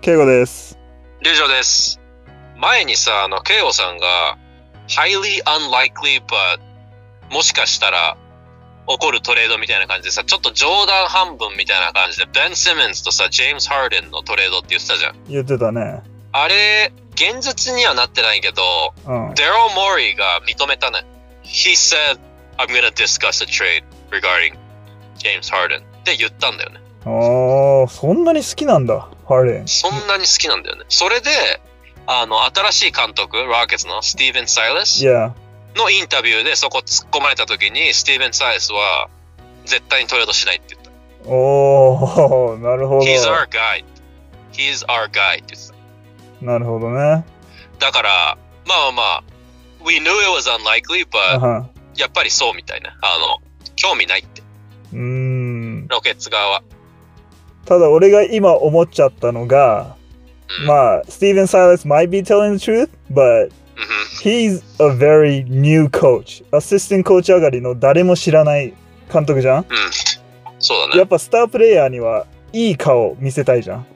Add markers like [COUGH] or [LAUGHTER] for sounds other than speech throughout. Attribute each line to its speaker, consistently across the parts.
Speaker 1: 敬語です。
Speaker 2: 龍城です。前にさ、あの、ケイオさんが、highly unlikely, but もしかしたら起こるトレードみたいな感じでさ、ちょっと冗談半分みたいな感じで、ベン・シモンズとさ、ジェームス・ハーデンのトレードって言ってたじゃん。
Speaker 1: 言ってたね。
Speaker 2: あれ、現実にはなってないけど、
Speaker 1: うん。
Speaker 2: Daryl Morey が認めたね。He said, I'm gonna discuss a trade regarding James Harden って言ったんだよね。
Speaker 1: ああ、そんなに好きなんだ、ハーレン。
Speaker 2: そんなに好きなんだよね。それで、あの、新しい監督、ロケッツのスティーブン・サイラス
Speaker 1: いや、
Speaker 2: のインタビューでそこ突っ込まれた時に、スティーブン・サイラスは絶対にトレードしないって言った。
Speaker 1: おお、なるほ
Speaker 2: He's
Speaker 1: ど。
Speaker 2: our guy. He's our guy って言ってた。
Speaker 1: なるほどね。
Speaker 2: だから、まあまあまあ、We knew it was unlikely,
Speaker 1: あ
Speaker 2: but
Speaker 1: はん
Speaker 2: やっぱりそうみたいな。あの、興味ないって、
Speaker 1: うーん。
Speaker 2: ロケッツ側は。
Speaker 1: ただ、俺が今思っちゃったのが、
Speaker 2: うん
Speaker 1: まあ、スティーブン・サイラス might be telling the truth, but
Speaker 2: うんうん
Speaker 1: he's a very new coach. アシステントコーチ上がりの誰も知らない監督じゃん
Speaker 2: うん。そうだ
Speaker 1: や
Speaker 2: ね。
Speaker 1: っぱスタープレイヤーにはいい顔見せたいじゃん。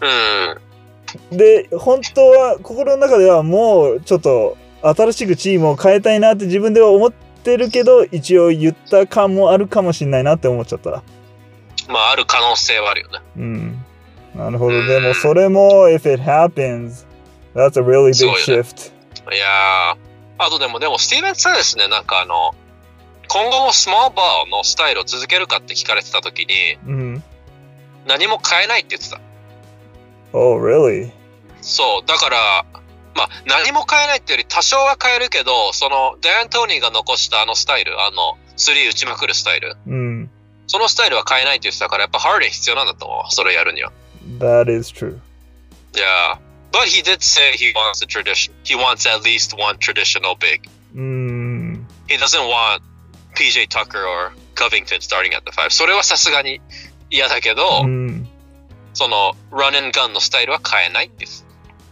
Speaker 2: うん。
Speaker 1: で本当は心の中ではもうちょっと新しくチームを変えたいなって自分では思ってるけど一応言った感もあるかもしれないなって思っちゃった
Speaker 2: まあ、ある可能性はあるよね。
Speaker 1: うんなるほどでもそれも if it happens that's a really
Speaker 2: そう
Speaker 1: big
Speaker 2: よね
Speaker 1: shift
Speaker 2: いやー、あとでも、でも、スティーブン・サイですね、なんかあの、今後もスモールバーのスタイルを続けるかって聞かれてた時に、
Speaker 1: うん
Speaker 2: 何も変えないって言ってた。
Speaker 1: oh really
Speaker 2: そう、だから、まあ、何も変えないっていうより、多少は変えるけど、その、ダイアン・トーニーが残したあのスタイル、あの、スリー打ちまくるスタイル、
Speaker 1: うん
Speaker 2: そのスタイルは変えないって言ってたから、やっぱハーデン必要なんだと思う、それやるには。
Speaker 1: that is true
Speaker 2: Yeah. But he did say he wants a tradition. He wants at least one traditional big.
Speaker 1: うん
Speaker 2: He doesn't want PJ Tucker or Covington starting at the five. それはさすがに嫌だけど、
Speaker 1: うん
Speaker 2: その、run and gun のスタイルは変えないってです。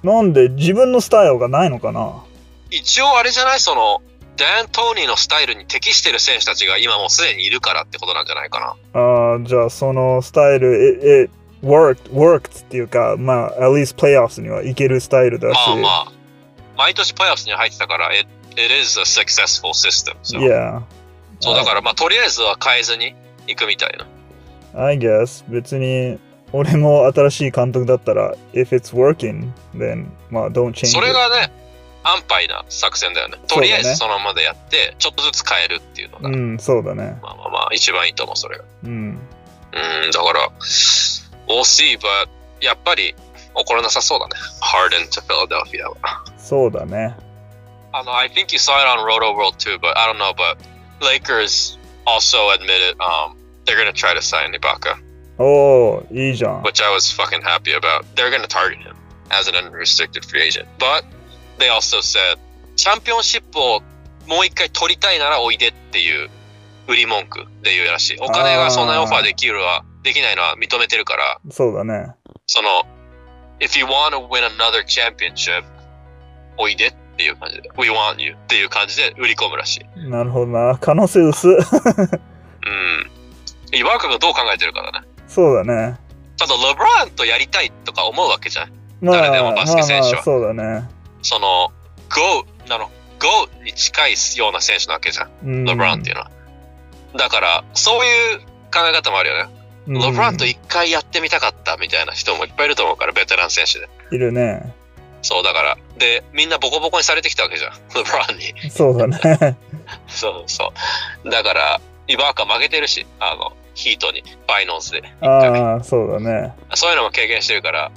Speaker 1: なんで自分のスタイルがないのかな
Speaker 2: 一応あれじゃないその、ダイアン・トーニーのスタイルに適してる選手たちが今もうすでにいるからってことなんじゃないかな。
Speaker 1: あーじゃあそのスタイル、it, it worked, worked っていうか、まあ、at least playoffs にはいけるスタイルだし、
Speaker 2: まあまあ、毎年プレイオフに入ってたから、it, it is a successful system. So.
Speaker 1: yeah,
Speaker 2: そうだからまあとりあえずは変えずに行くみたいな。
Speaker 1: I guess 別に俺も新しい監督だったら、if it's working, then まあ don't change it.
Speaker 2: それがね、安牌な作戦だよね。とりあえずそのままでやって、ちょっとずつ変えるっていうのが、
Speaker 1: うん、そうだね。
Speaker 2: まあまあまあ、一番いいと思う、それが。
Speaker 1: うん。
Speaker 2: うん、だから、we'll see, but やっぱり起こらなさそうだね。Harden to Philadelphia は。
Speaker 1: そうだね。
Speaker 2: あの、I think you saw it on Roto World too, but I don't know, but Lakers also admitted、um, they're gonna try to sign Ibaka,
Speaker 1: おお、いいじゃん。
Speaker 2: which I was fucking happy about. They're gonna target him as an unrestricted free agent. But they also said, チャンピオンシップをもう一回取りたいならおいでっていう売り文句で言うらしい。お金がそんなにオファーできるは、できないのは認めてるから、
Speaker 1: そうだね。
Speaker 2: その、if you want to win another championship, おいでっていう感じで、we want you っていう感じで売り込むらしい。
Speaker 1: なるほどな。可能性薄。 [LAUGHS]
Speaker 2: うん。岩川がどう考えてるからね。
Speaker 1: そうだね。
Speaker 2: ただ、レブランとやりたいとか思うわけじゃん。
Speaker 1: まあ、
Speaker 2: 誰でもバスケ選
Speaker 1: ま
Speaker 2: 手は
Speaker 1: あまあ、そうだね。
Speaker 2: その、ゴー、なの、ゴーに近いような選手なわけじゃん。
Speaker 1: うん、
Speaker 2: レブランっていうのは。だから、そういう考え方もあるよね。
Speaker 1: うん、
Speaker 2: レブランと一回やってみたかったみたいな人もいっぱいいると思うから、ベテラン選手で。
Speaker 1: いるね。
Speaker 2: そう、だから。で、みんなボコボコにされてきたわけじゃん。 [LAUGHS] レブランに。
Speaker 1: そうだね。
Speaker 2: そうそう。だから、イバーカ負けてるし、あの、ヒートに、バイノーズで。
Speaker 1: ああ、そうだね。
Speaker 2: そういうのも経験してるから、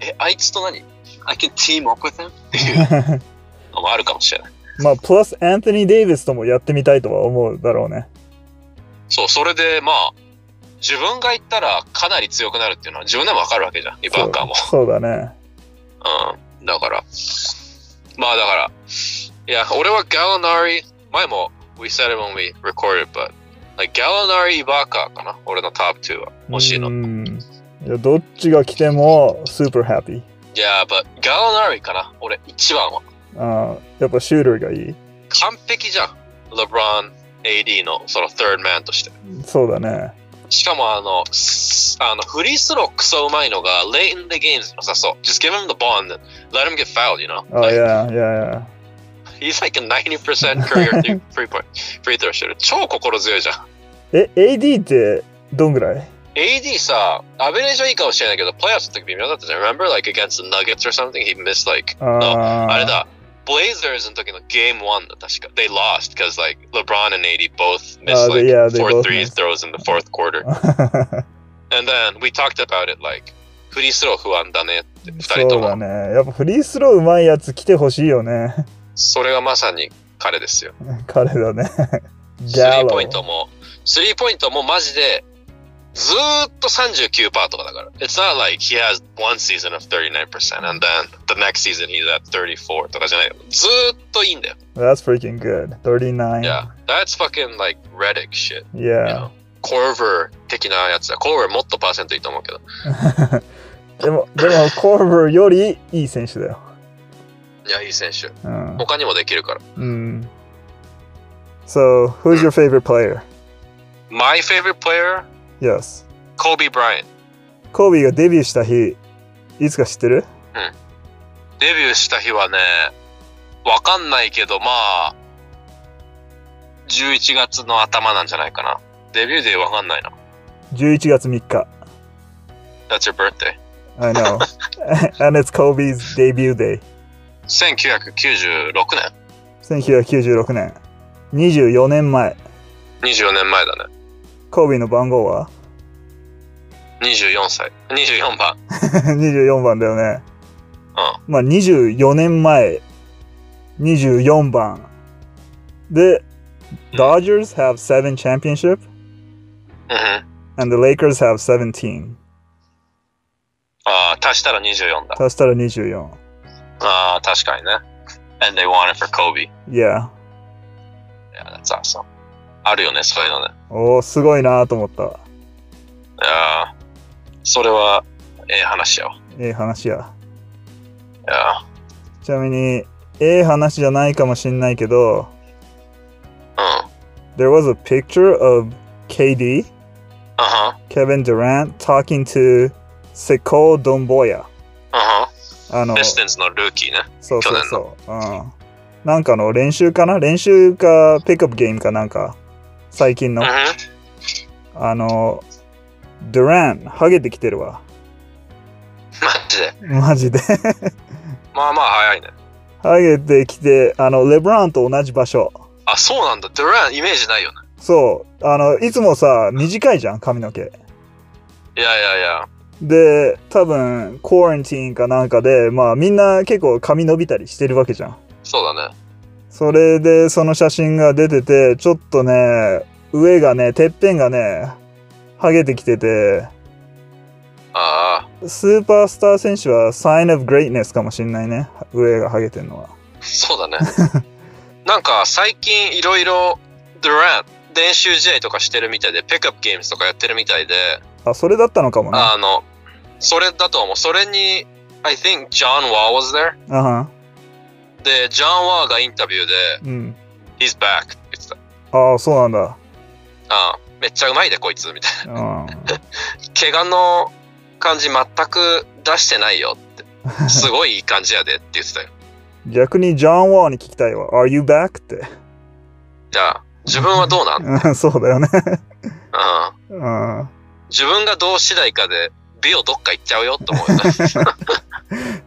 Speaker 2: え、あいつと何 ?I can team up with him? っていうのもあるかもしれない。
Speaker 1: まあ、プラス、アントニー・デイビスともやってみたいとは思うだろうね。
Speaker 2: そう、それで、まあ、自分が行ったらかなり強くなるっていうのは自分でもわかるわけじゃん、イバーカも。
Speaker 1: そうだね。
Speaker 2: うん。だから、まあだから、いや、俺はガラナリ、前も、we said it when we recorded, but, like, ガラナリ、イバーカかな俺のトップ2は欲しいの
Speaker 1: う。んいやどっちが来ても、スーパーハッピー。
Speaker 2: いやー、but ガロナリかな俺、一番は。
Speaker 1: あーやっぱシューターがいい。
Speaker 2: 完璧じゃん。レブロン、AD のその third man として。
Speaker 1: そうだね。
Speaker 2: しかもあの、s- あのフリースロークソうまいのが、late in the games のさ、そう。Just give him the ball and then let him get fouled, you know?
Speaker 1: Oh yeah, yeah,
Speaker 2: He's like a 90% career [LAUGHS] three- free, point, free throw shooter. 超心強いじゃん。
Speaker 1: yeah. え、AD ってどんぐらい
Speaker 2: AD さ、アベレージはいいかもしれないけど、プレイオフの時微妙だったじゃん。Remember like against the Nuggets or something? He missed like
Speaker 1: あー
Speaker 2: あれ。だ、ブレイザーズの時のゲーム1だ、確か。They lost because like LeBron and AD both missed
Speaker 1: Ah,
Speaker 2: like
Speaker 1: they- yeah, they
Speaker 2: four
Speaker 1: both
Speaker 2: three
Speaker 1: missed.
Speaker 2: throws in the fourth quarter. And then we talked about it like フリースロー不安だねって2人
Speaker 1: そ
Speaker 2: と
Speaker 1: うだ
Speaker 2: も。
Speaker 1: ね。やっぱフリースローうまいやつ来てほしいよね。
Speaker 2: それがまさに彼ですよ。
Speaker 1: 彼だね。
Speaker 2: スリーポイントも、スリーポイントもマジでずーっと39%とかだから。It's not like he has one season of 39% and then the next season he's at 34とかじゃないよ。ずーっといいんだよ。
Speaker 1: That's freaking good. 39.
Speaker 2: Yeah, that's fucking like Reddick shit. you
Speaker 1: Yeah.
Speaker 2: know コーヴー的なやつだ。コーヴーもっとパーセントいいと思うけど。
Speaker 1: [LAUGHS] でも、でも、コーブよりいい選手だよ。
Speaker 2: いや、いい選手。
Speaker 1: うん。
Speaker 2: 他にもできるから。
Speaker 1: うん、so, who's your favorite player?
Speaker 2: My favorite player,
Speaker 1: Yes.
Speaker 2: Kobe Bryant.
Speaker 1: コービーがデビューした日、いつか知ってる
Speaker 2: デビューした日はね、わかんないけど、まあ、11月の頭なんじゃないかな。デビューでわかんないな。
Speaker 1: ?11 月3日。
Speaker 2: That's your birthday.
Speaker 1: I know. [LAUGHS] And it's Kobe's debut day.
Speaker 2: 1996年
Speaker 1: 1996年。24年前。
Speaker 2: ?24 年前だね。
Speaker 1: コービーの番号は
Speaker 2: 24歳。24番。
Speaker 1: [LAUGHS] ?24 番だよね。まあ、24年前、24番。で、Dodgers have 7 championship
Speaker 2: うんうん。
Speaker 1: and the Lakers have 17.
Speaker 2: ああ、足したら24だ。
Speaker 1: 足したら24。
Speaker 2: ああ、確かにね。And they want it for Kobe.
Speaker 1: Yeah.
Speaker 2: Yeah, that's awesome. あるよね、そういうのね。
Speaker 1: おー、すごいなーと思った。
Speaker 2: ああ、それは、ええ話よ。
Speaker 1: ええ話や。
Speaker 2: いや
Speaker 1: ちなみに、ええ話じゃないかもしんないけど、
Speaker 2: うん。あ
Speaker 1: There was a picture of KD,
Speaker 2: は、
Speaker 1: Kevin Durant, talking to Sekou Domboya.
Speaker 2: あは。
Speaker 1: あの、
Speaker 2: ベステンズのルーキーね。
Speaker 1: そうそうそう。うん。なんかの練習かな練習か、ピックアップゲームかなんか、最近
Speaker 2: う
Speaker 1: の
Speaker 2: ん。。うん
Speaker 1: あの、ドゥラン、ハゲてきてるわ。
Speaker 2: マジで。
Speaker 1: マジで。 [LAUGHS]
Speaker 2: まあまあ早いね。
Speaker 1: ハゲてきて、あの、レブランと同じ場所。
Speaker 2: あ、そうなんだ。ドゥランイメージないよね。
Speaker 1: そう。あの、いつもさ、短いじゃん、髪の毛。
Speaker 2: いやいやいや。
Speaker 1: で、多分、コーンティーンかなんかで、まあ、みんな結構髪伸びたりしてるわけじゃん。
Speaker 2: そうだね。
Speaker 1: それで、その写真が出てて、ちょっとね、上がね、てっぺんがね、ハゲてきてて、
Speaker 2: あ
Speaker 1: スーパースター選手はサインオブグレイ n ネスかもしんないね。上がハゲてんのは。
Speaker 2: あ、そうだね。なんか最近いろいろドゥラン練習試合とかしてるみたいで、ピックアップゲームズとかやってるみたいで、
Speaker 1: あ、それだったのかもね。あ
Speaker 2: あの、それだと思う。それに、I think John Wall was there.
Speaker 1: は
Speaker 2: で、ジョン・ワーがインタビューで、
Speaker 1: うん。
Speaker 2: He's back って言ってた。
Speaker 1: ああ、そうなんだ。
Speaker 2: ああ、めっちゃうまいでこいつ、みたいな。
Speaker 1: うん。
Speaker 2: 怪我の感じ全く出してないよって。すごいいい感じやでって言ってたよ。
Speaker 1: 逆にジョン・ウォーに聞きたいわ。Are you back? って。 [LAUGHS]
Speaker 2: じゃあ、自分はどうなんうん。
Speaker 1: うんそうだよね。うん。
Speaker 2: 自分がどう次第かで、美をどっか行っちゃうよって思う [LAUGHS] よね。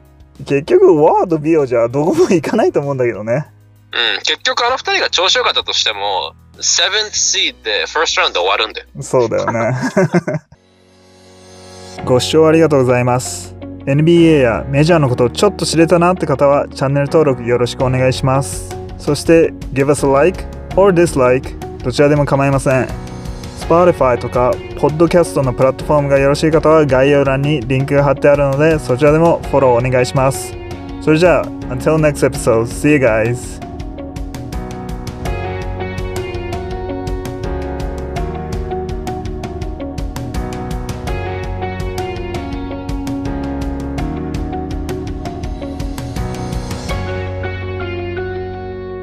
Speaker 1: 結局、ワード・ビオじゃどこも行かないと思うんだけどね。
Speaker 2: うん、結局あの二人が調子良かったとしても、7th seed で first round で終わるんだよ。
Speaker 1: そうだよね。 [LAUGHS] ご視聴ありがとうございます。NBA やメジャーのことをちょっと知れたなって方はチャンネル登録よろしくお願いします。そして、give us a like or dislike どちらでも構いません。Spotify とか Podcast のプラットフォームがよろしい方は概要欄にリンクが貼ってあるのでそちらでもフォローお願いします。それじゃあ、until next episode, see you guys!